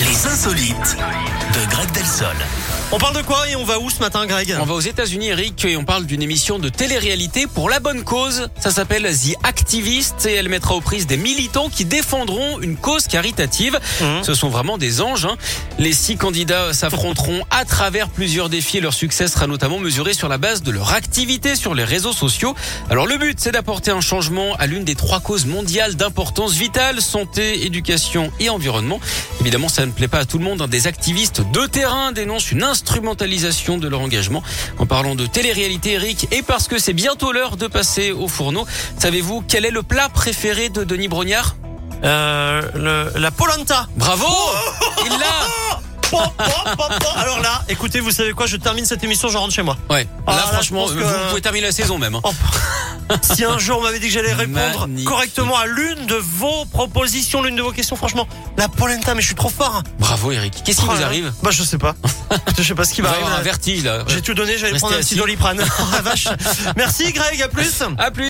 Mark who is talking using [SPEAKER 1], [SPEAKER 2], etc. [SPEAKER 1] L'insolite de Greg Delsol.
[SPEAKER 2] On parle de quoi et on va où ce matin, Greg
[SPEAKER 3] On va aux États-Unis, Eric, et on parle d'une émission de télé-réalité pour la bonne cause. Ça s'appelle The Activist et elle mettra aux prises des militants qui défendront une cause caritative.
[SPEAKER 2] Mhm.
[SPEAKER 3] Ce sont vraiment des anges. hein. Les six candidats s'affronteront à travers plusieurs défis. Leur succès sera notamment mesuré sur la base de leur activité sur les réseaux sociaux. Alors le but, c'est d'apporter un changement à l'une des trois causes mondiales d'importance vitale santé, éducation et environnement. Évidemment, ça ne plaît pas à tout le monde. hein. Des activistes de terrain dénoncent une instrumentalisation de leur engagement. En parlant de télé-réalité, Eric, et parce que c'est bientôt l'heure de passer au fourneau, savez-vous quel est le plat préféré de Denis Brognard
[SPEAKER 2] Euh, le- La polenta.
[SPEAKER 3] Bravo
[SPEAKER 2] Oh
[SPEAKER 3] Il l'a
[SPEAKER 2] Pom, pom, pom, pom. Alors là, écoutez, vous savez quoi Je termine cette émission, je rentre chez moi.
[SPEAKER 3] Ouais,
[SPEAKER 2] Ah,
[SPEAKER 3] là
[SPEAKER 2] là,
[SPEAKER 3] franchement,
[SPEAKER 2] je pense
[SPEAKER 3] vous,
[SPEAKER 2] que-
[SPEAKER 3] vous pouvez terminer la saison même. hein.
[SPEAKER 2] Si un jour on m'avait dit que j'allais répondre
[SPEAKER 3] Magnifique.
[SPEAKER 2] correctement à l'une de vos propositions, l'une de vos questions, franchement, la polenta, mais je suis trop fort.
[SPEAKER 3] Bravo Eric. Qu'est-ce qui
[SPEAKER 2] Oh là
[SPEAKER 3] vous
[SPEAKER 2] là.
[SPEAKER 3] arrive
[SPEAKER 2] Bah je sais pas. je sais pas ce qui
[SPEAKER 3] Il
[SPEAKER 2] va
[SPEAKER 3] va y avoir un
[SPEAKER 2] arriver.
[SPEAKER 3] vertige là.
[SPEAKER 2] J'ai tout donné, j'allais
[SPEAKER 3] Restez
[SPEAKER 2] prendre un petit
[SPEAKER 3] assis.
[SPEAKER 2] doliprane. Oh, la vache. Merci Greg, à plus.
[SPEAKER 3] À plus